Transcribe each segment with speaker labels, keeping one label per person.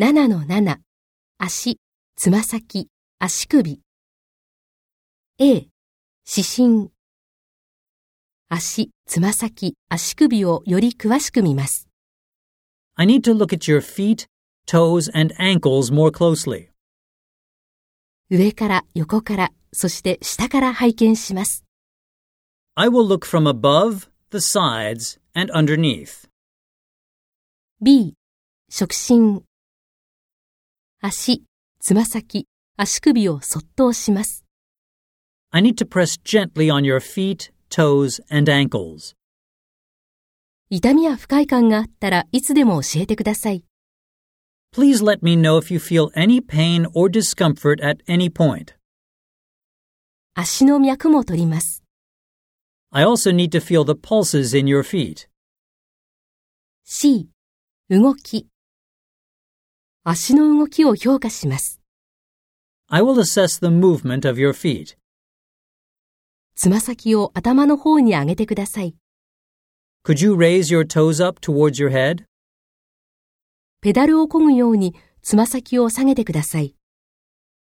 Speaker 1: 7-7足、つま先、足首 A 指針足、つま先、足首をより詳しく見ます。
Speaker 2: I need to look at your feet, toes, and ankles more closely.
Speaker 1: 上から、横から、そして下から拝見します。
Speaker 2: I will look from above, the sides, and underneath.
Speaker 1: B、触診。足、つま先、足首をそっと押します。
Speaker 2: I need to press gently on your feet, toes, and ankles.
Speaker 1: 痛みや不快感があったらいつでも教えてください。
Speaker 2: Please let me know if you feel any pain or discomfort at any point.
Speaker 1: 足の脈も取ります。
Speaker 2: I also need to feel the pulses in your feet.
Speaker 1: C、動き。足の動きを評価します。
Speaker 2: I will assess the movement of your feet.
Speaker 1: つま先を頭の方に上げてください。
Speaker 2: Could you raise your toes up towards your head?
Speaker 1: ペダルを漕ぐようにつま先を下げてください。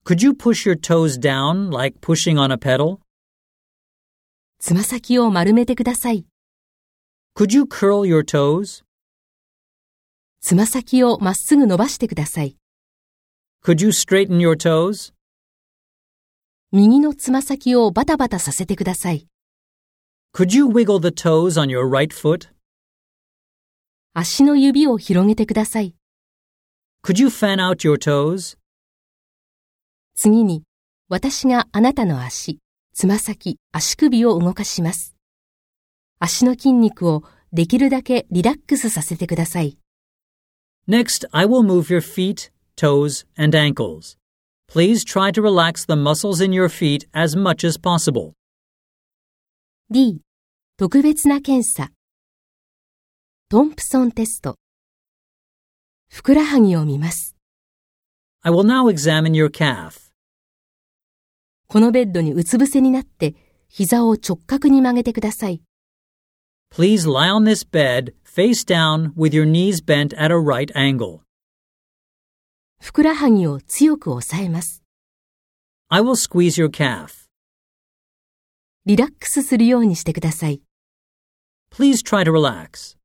Speaker 2: Could you push your toes down like pushing on a pedal?
Speaker 1: つま先を丸めてください。
Speaker 2: Could you curl your toes?
Speaker 1: つま先をまっすぐ伸ばしてください。
Speaker 2: Could you straighten your toes?
Speaker 1: 右のつま先をバタバタさせてください。
Speaker 2: Could you wiggle the toes on your right foot?
Speaker 1: 足の指を広げてください。
Speaker 2: Could you fan out your toes?
Speaker 1: 次に、私があなたの足、つま先、足首を動かします。足の筋肉をできるだけリラックスさせてください。
Speaker 2: Next, I will move your feet, toes, and ankles. Please try to relax the muscles in your feet as much as possible.
Speaker 1: D、特別な検査。トンプソンテスト。ふくらはぎを見ます。
Speaker 2: I will now examine your calf.
Speaker 1: このベッドにうつ伏せになって、膝を直角に曲げてください。
Speaker 2: Please lie on this bed, face down, with your knees bent at a right angle.
Speaker 1: ふくらはぎを強く押さえます。
Speaker 2: I will squeeze your calf.
Speaker 1: リラックスするようにしてください。
Speaker 2: Please try to relax.